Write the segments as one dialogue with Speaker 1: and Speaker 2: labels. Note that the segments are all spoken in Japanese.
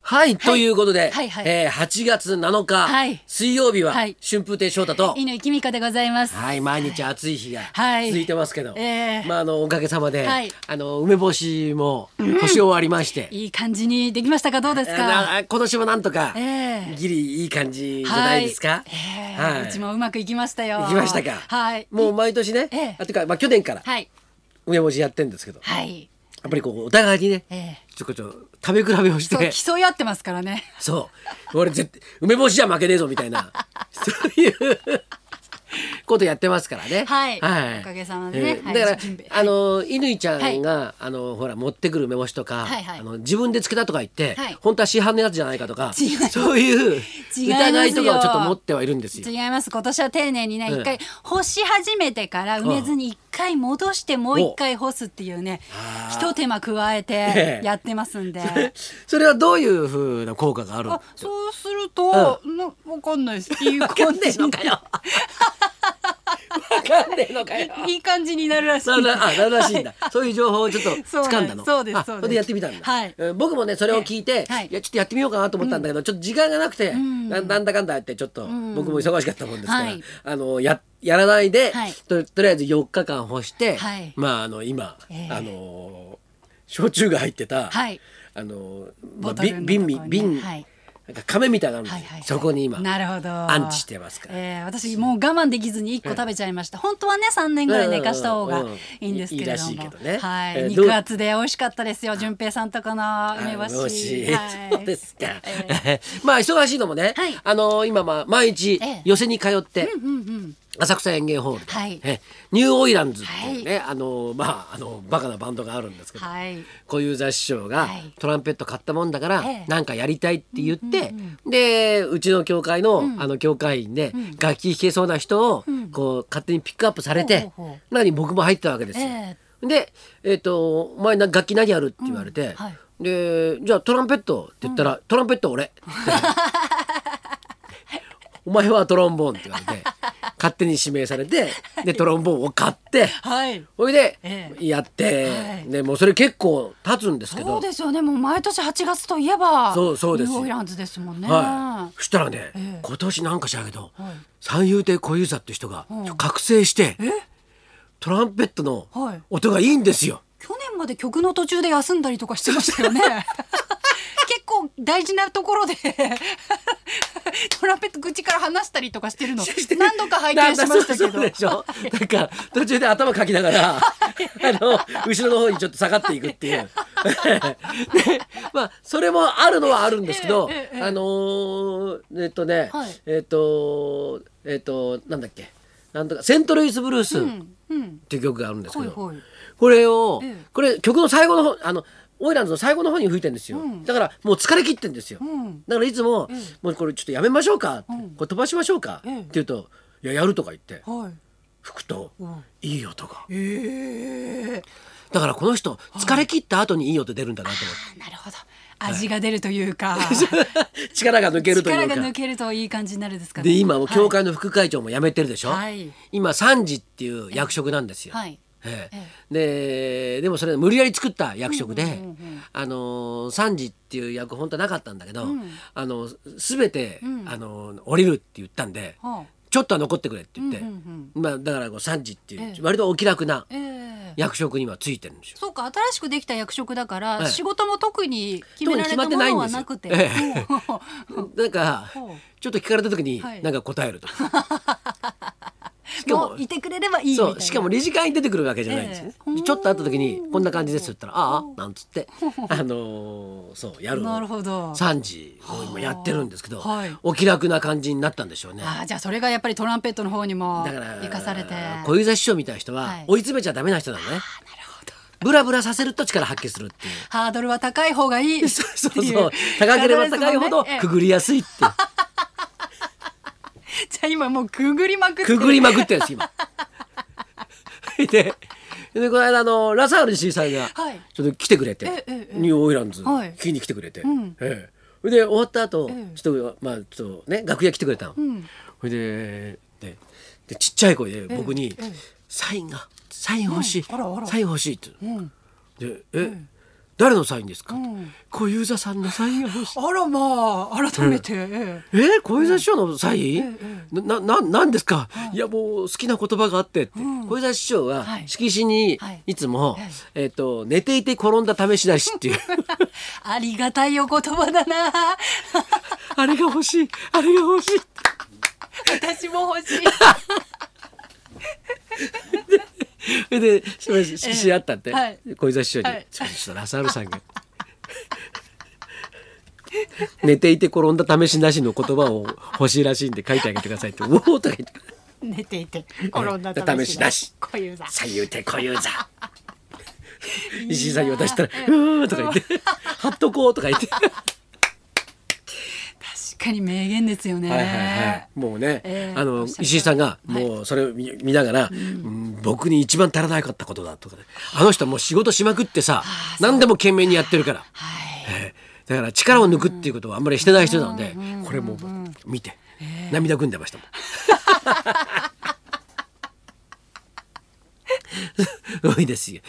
Speaker 1: はい、ということで、
Speaker 2: はいはい
Speaker 1: えー8月7日、
Speaker 2: はい
Speaker 1: 水曜日は、
Speaker 2: はい
Speaker 1: 春風亭昇太と、
Speaker 2: 犬きみかでございます。
Speaker 1: はい、毎日暑い日が
Speaker 2: はい
Speaker 1: 続いてますけど、
Speaker 2: ええ
Speaker 1: まあ、あのおかげさまで、
Speaker 2: はい
Speaker 1: あの梅干しも干し終わりまして、
Speaker 2: いい感じにできましたかどうですか。
Speaker 1: あの今年もなんとか、
Speaker 2: ええ
Speaker 1: ギリいい感じじゃないですか。
Speaker 2: ええ
Speaker 1: はいう
Speaker 2: ちもうまくいきましたよ。
Speaker 1: 行きましたか。
Speaker 2: はい。
Speaker 1: もう毎年ね、
Speaker 2: ええ
Speaker 1: あてかまあ去年から
Speaker 2: はい
Speaker 1: 梅干しやってるんですけど、
Speaker 2: はい。
Speaker 1: やっぱりこうお互いにね、
Speaker 2: ええ
Speaker 1: ちょこちょ食べ比べをし
Speaker 2: そう
Speaker 1: て、
Speaker 2: 競い合ってますからね。
Speaker 1: そう俺絶対梅干しじゃ負けねえぞみたいなそういうことやってますからね。
Speaker 2: はいおかげさまでね
Speaker 1: えー
Speaker 2: はい
Speaker 1: だから、
Speaker 2: 準備
Speaker 1: あの乾ちゃんが、あのほら持ってくる梅干しとか、
Speaker 2: はいはい
Speaker 1: あの自分でつけたとか言って、
Speaker 2: はい
Speaker 1: 本当は市販のやつじゃないかとか、
Speaker 2: 違います
Speaker 1: そういう
Speaker 2: 違いますよ
Speaker 1: 疑いとかをちょっと持ってはいるんですよ。
Speaker 2: 違います。今年は丁寧にね
Speaker 1: ええ
Speaker 2: 一回干し始めてから埋めずに一回戻してもう一回干すっていうね
Speaker 1: あ
Speaker 2: 一手間加え
Speaker 1: え
Speaker 2: て
Speaker 1: え
Speaker 2: やってますんで。
Speaker 1: それはどういう風な効果があるん
Speaker 2: あ
Speaker 1: ですか
Speaker 2: そうすると、なわかんないです。いい
Speaker 1: わか
Speaker 2: 感
Speaker 1: んねえ
Speaker 2: じ
Speaker 1: のかよ。わかんねえのかよ。
Speaker 2: いい感じになるらしい。
Speaker 1: なるあなるらしいんだ、そういう情報をちょっと
Speaker 2: そうな
Speaker 1: 掴
Speaker 2: ん
Speaker 1: んだの
Speaker 2: そうです
Speaker 1: あ
Speaker 2: そう
Speaker 1: そ
Speaker 2: です
Speaker 1: れでやってみたんだ、
Speaker 2: はい
Speaker 1: うん僕もねそれを聞いて、
Speaker 2: ええはい
Speaker 1: い、やちょっとやってみようかなと思ったんだけど、ちょっと時間がなくて、
Speaker 2: ん
Speaker 1: ななんだかんだってちょっと、
Speaker 2: ん
Speaker 1: 僕も忙しかったもんですから、
Speaker 2: はい
Speaker 1: あのややらないで、
Speaker 2: はい
Speaker 1: ととりあえず4日間干して、
Speaker 2: はい
Speaker 1: まああの今、
Speaker 2: ええ
Speaker 1: あの焼酎が入ってた、
Speaker 2: はい
Speaker 1: あのま
Speaker 2: ボ
Speaker 1: あ
Speaker 2: ト
Speaker 1: び
Speaker 2: ルの
Speaker 1: 瓶、
Speaker 2: ところに
Speaker 1: 瓶、
Speaker 2: はい
Speaker 1: なんか亀みたいなのあるん
Speaker 2: は
Speaker 1: で
Speaker 2: い
Speaker 1: すよ
Speaker 2: は
Speaker 1: そ
Speaker 2: い、
Speaker 1: こに今
Speaker 2: なるほど
Speaker 1: 安置してますから。
Speaker 2: えー私もう我慢できずに一個食べちゃいました、本当はね3年ぐらい寝かした方が
Speaker 1: うんうんうん
Speaker 2: いいんですけれども
Speaker 1: いいらしいけどね
Speaker 2: は
Speaker 1: え
Speaker 2: い、
Speaker 1: ーどう
Speaker 2: 肉厚で美味しかったですよ順平さんとこの梅干し
Speaker 1: あし
Speaker 2: はい
Speaker 1: そうですか、
Speaker 2: えー
Speaker 1: まあ忙しいのもね、
Speaker 2: はい
Speaker 1: あの今まあ毎日
Speaker 2: ええ
Speaker 1: 寄せに通って
Speaker 2: うんうん
Speaker 1: 浅草園芸ホールで、
Speaker 2: はい
Speaker 1: えニューオイランズっていうね、あのまああのバカなバンドがあるんですけど、
Speaker 2: はい
Speaker 1: 小遊三師匠が
Speaker 2: はい
Speaker 1: トランペット買ったもんだから、
Speaker 2: ええ
Speaker 1: なんかやりたいって言って、でうちの教会の、あの教会員で、楽器弾けそうな人を、こう勝手にピックアップされて、
Speaker 2: ほうほうほ
Speaker 1: 何僕も入ってたわけですよ。
Speaker 2: え
Speaker 1: で、えっと「お前な楽器何やる?」って言われて、
Speaker 2: んはい
Speaker 1: で「じゃあトランペット」って言ったら「トランペット俺」って言ってお前はトロンボーン」って言われて勝手に指名されてでトロンボーンを買って。
Speaker 2: はい
Speaker 1: ほいで、
Speaker 2: え
Speaker 1: やって、
Speaker 2: はい
Speaker 1: でもうそれ結構経つんですけ
Speaker 2: そ
Speaker 1: ど
Speaker 2: うですよねもう毎年8月といえば
Speaker 1: そうそうです
Speaker 2: ニ
Speaker 1: よ
Speaker 2: ューオーランズですもんね、
Speaker 1: はい、そしたらね、
Speaker 2: ええ
Speaker 1: 今年なんか知らんけど、
Speaker 2: はい
Speaker 1: 三遊亭小遊三って人が
Speaker 2: うん
Speaker 1: 覚醒して、トランペットの
Speaker 2: はい
Speaker 1: 音がいいんですよ。
Speaker 2: 去年まで曲の途中で休んだりとかしてまし たよね結構大事なところでトランペット口から離したりとかしてるの何度か拝見しました
Speaker 1: な
Speaker 2: け
Speaker 1: んだそ
Speaker 2: ど
Speaker 1: うでしょなんか途中で頭かきながらあの後ろの方にちょっと下がっていくっていう。でまあそれもあるのはあるんですけど、
Speaker 2: ええええ
Speaker 1: あのーえっとね、
Speaker 2: はい
Speaker 1: えっとえっとなんだっけなんとかセントルイスブルースっ
Speaker 2: うんうん
Speaker 1: ていう曲があるんですけ
Speaker 2: ほい
Speaker 1: ど、
Speaker 2: ほい
Speaker 1: これを、
Speaker 2: ええ
Speaker 1: これ曲の最後の方あのオイランズの最後の方に吹いてんですよ、
Speaker 2: うん
Speaker 1: だからもう疲れ切ってんですよ、
Speaker 2: うん
Speaker 1: だからいつも、もうこれちょっとやめましょうかって、
Speaker 2: うん
Speaker 1: これ飛ばしましょうか、
Speaker 2: ええ
Speaker 1: って言うと「いややる」とか言って
Speaker 2: はい
Speaker 1: 吹くと、
Speaker 2: うん
Speaker 1: いい音が
Speaker 2: ええ
Speaker 1: だからこの人疲れ切った後にいい音出るんだなと思って、
Speaker 2: なるほど味が出るというか、
Speaker 1: 力が抜けるとい
Speaker 2: 力
Speaker 1: う
Speaker 2: が
Speaker 1: か
Speaker 2: 抜けるといい感じになるですかね
Speaker 1: で今もう教
Speaker 2: はい
Speaker 1: 会の副会長も辞めてるでしょ、
Speaker 2: はい
Speaker 1: 今三時っていう役職なんですよ、
Speaker 2: はい
Speaker 1: え
Speaker 2: え
Speaker 1: えででもそれ無理やり作った役職で、
Speaker 2: うんうんうんうん
Speaker 1: あのー三時っていう役本当はなかったんだけど、
Speaker 2: ん
Speaker 1: あの全て、
Speaker 2: ん
Speaker 1: あの降りるって言ったんで、
Speaker 2: はあ
Speaker 1: ちょっとは残ってくれって言って、
Speaker 2: うんうん
Speaker 1: まあ、だからこう三時っていう、
Speaker 2: ええ
Speaker 1: 割とお気楽な
Speaker 2: ええ
Speaker 1: 役職にはついてるん ですよ。
Speaker 2: そうか新しくできた役職だから、
Speaker 1: はい
Speaker 2: 仕事も特に決められたものはなくて
Speaker 1: 特に決まってないんです
Speaker 2: もう
Speaker 1: なんか
Speaker 2: ほう
Speaker 1: ちょっと聞かれた時に、
Speaker 2: はい
Speaker 1: なんか答えると か。しか
Speaker 2: もういてくれればいいみたい
Speaker 1: そ
Speaker 2: な
Speaker 1: うしかも理事会に出てくるわけじゃないんですね、
Speaker 2: ええ
Speaker 1: ちょっと会った時に「こんな感じです」って言ったら「ああ」なんつっ てあのーそうやる
Speaker 2: なるほど
Speaker 1: 3時を今やってるんですけど、
Speaker 2: はい
Speaker 1: お気楽な感じになったんでしょうね。
Speaker 2: ああじゃあそれがやっぱりトランペットの方にも
Speaker 1: だから
Speaker 2: 生かされて
Speaker 1: 小遊三師匠みたいな人
Speaker 2: は
Speaker 1: はい追い詰めちゃダメな人なのね、ブラブラさせると力発揮するっていう
Speaker 2: ハードルは高い方がいい
Speaker 1: そうそ
Speaker 2: っ
Speaker 1: う
Speaker 2: てい
Speaker 1: そう高ければ高いほど
Speaker 2: ええ
Speaker 1: くぐりやすいっていう
Speaker 2: じゃあ今もうくぐりまくってる
Speaker 1: くぐりまくってるんです 今。ででこの間あのラサール石井さんが
Speaker 2: はい
Speaker 1: ちょっと来てくれて、
Speaker 2: ええええ
Speaker 1: ニューオイランズ
Speaker 2: はい
Speaker 1: 聞きに来てくれて、
Speaker 2: ん
Speaker 1: ええで終わった後、
Speaker 2: ええ
Speaker 1: ちょっとまあちょっとね楽屋来てくれたの。
Speaker 2: ん
Speaker 1: それでででちっちゃい声で僕に、
Speaker 2: ええ
Speaker 1: サインがサイン欲しい、
Speaker 2: うんあらあら
Speaker 1: サイン欲しいって言うの。でえ、誰のサインですか、
Speaker 2: うん
Speaker 1: 小遊三さんのサインが欲しい
Speaker 2: あらまあ改めて、え
Speaker 1: え
Speaker 2: え
Speaker 1: ー、小遊三師匠のサイン、なななんですか、いやもう好きな言葉があってって、
Speaker 2: うん
Speaker 1: 小遊三師匠は
Speaker 2: はい
Speaker 1: 色紙に
Speaker 2: はい
Speaker 1: いつも、
Speaker 2: はい
Speaker 1: えっ、と寝ていて転んだ試しなしっていう
Speaker 2: ありがたいお言葉だな
Speaker 1: あれが欲しいあれが欲しい
Speaker 2: 私も欲しい
Speaker 1: それでそれ色紙あったって、
Speaker 2: えはい
Speaker 1: 小遊三師匠に、
Speaker 2: はい
Speaker 1: ちょっとラサールさんが 寝ていて転んだ試しなしの言葉を欲しいらしいんで書いてあげてください って「おお!」とか言って
Speaker 2: 寝ていて転んだ
Speaker 1: 試しなし
Speaker 2: こういうさ
Speaker 1: 「三遊亭小遊三」石井さんに渡したら「うーん」とか言って「貼っとこう」とか言って。
Speaker 2: 確かに名言ですよね、
Speaker 1: はいはいはい、もうね、
Speaker 2: ええ
Speaker 1: あ
Speaker 2: お
Speaker 1: の
Speaker 2: っしゃる通り
Speaker 1: 石井さんがもうそれを見見ながら、うん僕に一番足らなかったことだとかねあの人もう仕事しまくってさ
Speaker 2: あー
Speaker 1: 何でも懸命にやってるから、
Speaker 2: はい
Speaker 1: ええだから力を抜くっていうことはあんまりしてない人なので、これもう見て、涙ぐんでま したもん。 すごいですよ。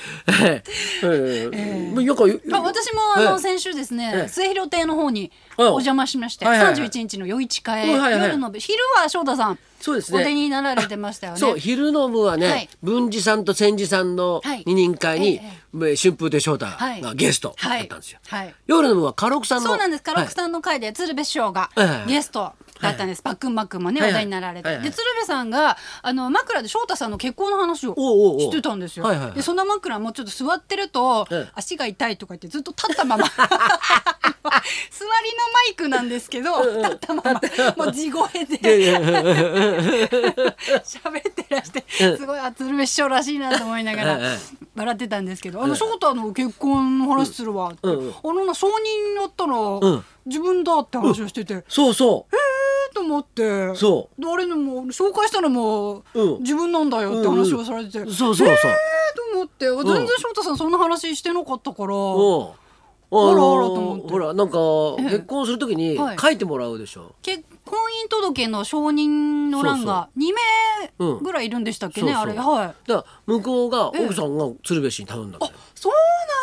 Speaker 1: ええええもうよくよ
Speaker 2: あ私もあの、
Speaker 1: ええ
Speaker 2: 先週ですね、
Speaker 1: ええ
Speaker 2: 末広亭の方に
Speaker 1: あ
Speaker 2: お邪魔しまして、
Speaker 1: はいはいはい
Speaker 2: 31日の夜市会、
Speaker 1: うんはいはい
Speaker 2: 夜の昼は翔太さん
Speaker 1: そうです
Speaker 2: お
Speaker 1: ね
Speaker 2: 出になられてましたよね
Speaker 1: そう昼の部はね、
Speaker 2: はい
Speaker 1: 文治さんと千治さんの
Speaker 2: はい
Speaker 1: 二人会に、
Speaker 2: え
Speaker 1: 春風亭昇太
Speaker 2: はい
Speaker 1: がゲストだ
Speaker 2: はい
Speaker 1: ったんですよ。
Speaker 2: はい
Speaker 1: 夜の部はカロクさんの
Speaker 2: そうなんです。カラク
Speaker 1: ん、
Speaker 2: さんの回で鶴瓶師匠が
Speaker 1: はいはい
Speaker 2: ゲストだったんです。バックンバックンもね、
Speaker 1: はい
Speaker 2: 話
Speaker 1: はい
Speaker 2: 題になられて、
Speaker 1: はいはい
Speaker 2: で鶴瓶さんがあの枕で翔太さんの結婚の話を
Speaker 1: おうおうおう
Speaker 2: してたんですよ。
Speaker 1: はいはいはい
Speaker 2: でその枕もちょっと座ってると、
Speaker 1: ええ
Speaker 2: 足が痛いとか言ってずっと立っ たまま座りのマイクなんですけど、立ったままもう地声で喋ってらして、すごいあ鶴瓶師匠らしいなと思いながら
Speaker 1: えええ
Speaker 2: 笑ってたんですけど、あの翔太の結婚の話するわって、
Speaker 1: うんうんうん
Speaker 2: あのな証人だったら、
Speaker 1: うん
Speaker 2: 自分だって話をしてて、え
Speaker 1: そうそう。
Speaker 2: ーと思って
Speaker 1: そう
Speaker 2: 誰のも紹介したのも、
Speaker 1: うん
Speaker 2: 自分なんだよって話をされてて、えー
Speaker 1: そうそうそう。
Speaker 2: と思って全然翔太さんそんな話してなかったから、
Speaker 1: お
Speaker 2: あらあら
Speaker 1: の
Speaker 2: と思って
Speaker 1: ほらなんか
Speaker 2: ええ
Speaker 1: 結婚するときに
Speaker 2: はい
Speaker 1: 書いてもらうでしょ。
Speaker 2: 結婚姻届の証人の欄が2名ぐらいいるんでしたっけね、
Speaker 1: うん
Speaker 2: あれ
Speaker 1: そうそ
Speaker 2: はい。
Speaker 1: だから向こうが
Speaker 2: ええ
Speaker 1: 奥さんが鶴瓶氏に頼んだんだよ。
Speaker 2: そう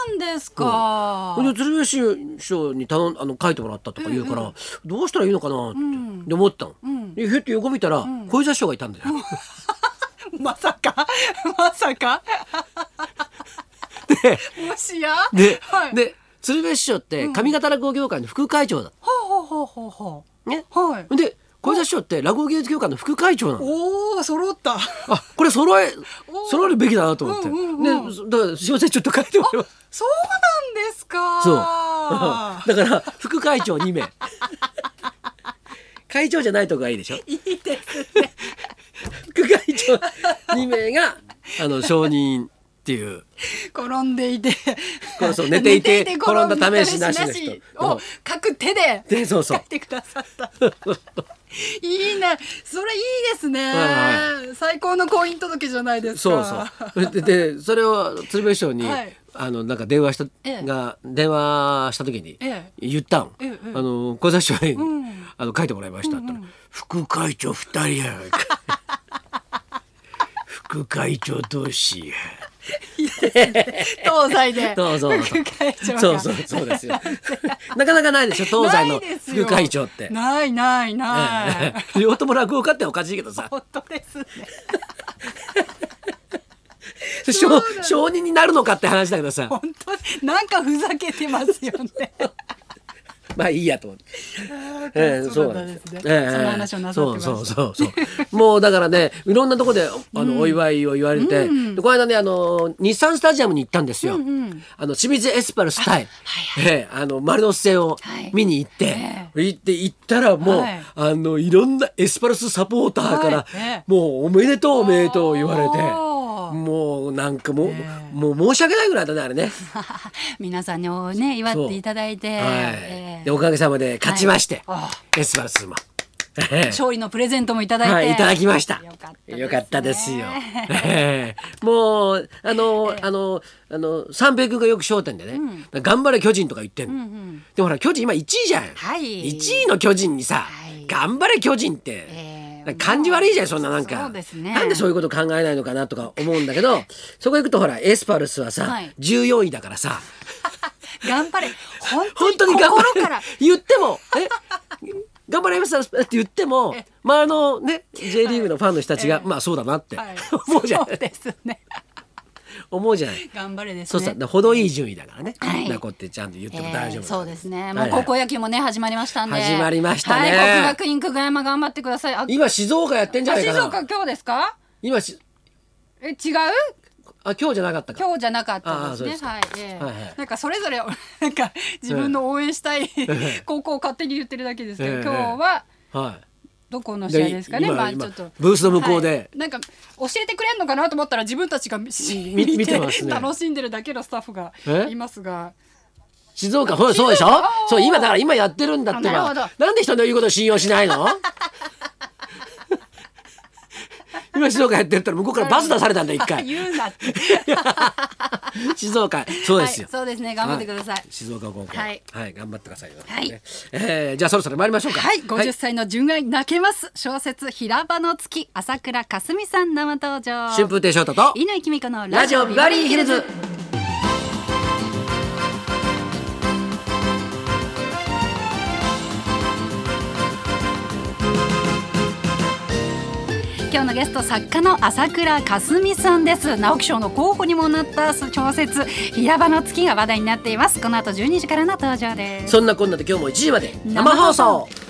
Speaker 2: なんですか、
Speaker 1: ほんで鶴瓶師匠に頼んあの書いてもらったとか言うから、
Speaker 2: うんう
Speaker 1: どうしたらいいのかなって,、
Speaker 2: ん
Speaker 1: 思ってたの。
Speaker 2: うん
Speaker 1: でひゅっと横見たら、
Speaker 2: ん
Speaker 1: 小遊三師匠がいたんだよ。
Speaker 2: まさか まさか
Speaker 1: で
Speaker 2: もしや
Speaker 1: で、
Speaker 2: はい、
Speaker 1: で鶴瓶師匠って上方落語業界の副会長だっ
Speaker 2: ほうほうほうほ
Speaker 1: た、ね、
Speaker 2: うはい
Speaker 1: で小遊三師匠って落語芸術協会の副会長なの
Speaker 2: おお揃った
Speaker 1: あこれ揃え
Speaker 2: おー
Speaker 1: 揃えるべきだなと思って、
Speaker 2: うんうんうん
Speaker 1: ねそだからすいませんちょっと書いてもらいます
Speaker 2: そうなんですか
Speaker 1: そう だから副会長2名 会長じゃないとこがいいでしょ
Speaker 2: いいです
Speaker 1: 副会長2名があの承認っていう
Speaker 2: 転んでいて
Speaker 1: そうそう寝ていて転んだ試しなしの人
Speaker 2: 試を各手で
Speaker 1: でそうそ
Speaker 2: 書
Speaker 1: う
Speaker 2: いてくださった いいなそれいいですね、
Speaker 1: はい
Speaker 2: 最高の婚姻届じゃないです
Speaker 1: そう
Speaker 2: か
Speaker 1: そう。ででそれを鶴瓶師匠に、
Speaker 2: はい
Speaker 1: あのなんか電話した、
Speaker 2: ええ
Speaker 1: が電話した時に
Speaker 2: え
Speaker 1: 言ったん。
Speaker 2: ええ
Speaker 1: あの小座師匠に、
Speaker 2: ん
Speaker 1: あの書いてもらいましたって言ったら、副会長二人 やないか。副会長同士や。
Speaker 2: 東西で
Speaker 1: そうそうそう
Speaker 2: 副会長が
Speaker 1: そうそうそうですよ。なかなかないでしょ東西の
Speaker 2: ないですよ
Speaker 1: 副会長って。
Speaker 2: ないないない、
Speaker 1: ええ 両方とも落語家っておかしいけどさ
Speaker 2: 本当ですね。
Speaker 1: 承承認になるのかって話だけどさ
Speaker 2: 本当なんかふざけてますよね。
Speaker 1: まあいいやと思って。ええ
Speaker 2: そう
Speaker 1: な
Speaker 2: なん
Speaker 1: で
Speaker 2: んですすね
Speaker 1: ね。。
Speaker 2: そんな話をなさってました。
Speaker 1: そうそうそうそう。もうだからね、いろんなとこで、あの、お祝いを言われて、でこの間ね、あの、日産スタジアムに行ったんですよ。あの、清水エスパルス対、ええあの、丸の内線を
Speaker 2: はい
Speaker 1: 見に行って、
Speaker 2: え
Speaker 1: 行って、行ったらもう、
Speaker 2: はい
Speaker 1: あの、いろんなエスパルスサポーターから、
Speaker 2: はいええ
Speaker 1: もう、おめでとう、おめでとう言われて、
Speaker 2: おー
Speaker 1: もう、なんかもう、
Speaker 2: え
Speaker 1: もう申し訳ないぐらいだね、あれね。
Speaker 2: 皆さんにおね祝っていただいて、
Speaker 1: はい
Speaker 2: え
Speaker 1: で
Speaker 2: ー
Speaker 1: おかげさまで勝ちまして、
Speaker 2: あ
Speaker 1: エスパルスも。ええ
Speaker 2: 勝利のプレゼントもいただいて、
Speaker 1: はい、いただきました。
Speaker 2: よかったですね
Speaker 1: よかったですよ。 ええもう、あの、あの、あの、三平君がよく焦点でね、頑張れ巨人とか言ってんの。でもほら、巨人今1位じゃん。
Speaker 2: はい
Speaker 1: 1位の巨人にさ、
Speaker 2: はい
Speaker 1: 頑張れ巨人って、
Speaker 2: ええ
Speaker 1: なんか感じ悪いじゃん、そんななんか。
Speaker 2: そうですね
Speaker 1: なんでそういうこと考えないのかなとか思うんだけど、そこ行くとほら、エスパルスはさ、
Speaker 2: はい
Speaker 1: 14位だからさ、
Speaker 2: 頑張れ
Speaker 1: 本
Speaker 2: 本
Speaker 1: 当
Speaker 2: 当
Speaker 1: に
Speaker 2: に
Speaker 1: 頑張
Speaker 2: 心
Speaker 1: れ
Speaker 2: から
Speaker 1: 言ってもえ頑張れましたって言っても
Speaker 2: え
Speaker 1: 周りのね J リーグのファンの人たちが、
Speaker 2: ええ
Speaker 1: まあそうだなって、
Speaker 2: はい
Speaker 1: 思うじゃな
Speaker 2: そう
Speaker 1: い
Speaker 2: ですね
Speaker 1: 思うじゃない。
Speaker 2: 頑張れです
Speaker 1: そう
Speaker 2: ね
Speaker 1: さ、程いい順位だからね。
Speaker 2: はい
Speaker 1: なこってちゃんと言っても
Speaker 2: えー
Speaker 1: 大丈夫、
Speaker 2: そうですね。
Speaker 1: は
Speaker 2: もう
Speaker 1: いはい
Speaker 2: 高校野球もね、始まりましたんで。
Speaker 1: 始まりましたね
Speaker 2: はい、国学院久我山頑張ってください。あ、あ
Speaker 1: 今静岡やってんじゃない
Speaker 2: 静
Speaker 1: かな。
Speaker 2: 岡今日ですか。
Speaker 1: 今し、
Speaker 2: え、違う。
Speaker 1: あ、今日じゃなかったか。
Speaker 2: 今日じゃなかった
Speaker 1: あーそうで
Speaker 2: ですす
Speaker 1: か
Speaker 2: ね。はい、えー
Speaker 1: はいはい
Speaker 2: なんかそれぞれ、 なんか自分の応援したい高校を勝手に言ってるだけですけど、
Speaker 1: ええ
Speaker 2: 今日は。
Speaker 1: は
Speaker 2: どこの試合ですかね。
Speaker 1: で今
Speaker 2: まあ、ち
Speaker 1: 今
Speaker 2: ょっと。
Speaker 1: ブースの向こうで
Speaker 2: はいなんか教えてくれんのかなと思ったら、自分たちが見
Speaker 1: 見見てますね
Speaker 2: 楽しんでるだけのスタッフが
Speaker 1: え
Speaker 2: いますが。
Speaker 1: い。静岡、ほら、そうでしょ
Speaker 2: 静岡
Speaker 1: そう、今だから、今やってるんだってば
Speaker 2: あなるほ
Speaker 1: なんで人の言うことを信用しない の。今静岡やってるったら、向こうからバス出されたんだ、一回。
Speaker 2: 言うなって。
Speaker 1: 静岡、そうですよ
Speaker 2: はい。そうですね。頑張ってください。
Speaker 1: 静岡高校。は
Speaker 2: はいい、
Speaker 1: 頑張ってくださいよ。
Speaker 2: はい
Speaker 1: ねえーじゃあ、そろそろ参りましょうか。
Speaker 2: はい、50歳の純愛泣けます、小説平場の月朝倉かすみさん生登場
Speaker 1: 春風亭昇太と。
Speaker 2: 犬井美子の
Speaker 1: ラジオビバリーヒルズ。
Speaker 2: 今日のゲスト作家の朝倉かすみさんです直木賞の候補にもなった小説平場の月が話題になっていますこの後12時からの登場です
Speaker 1: そんなこんなで今日も1時まで生放送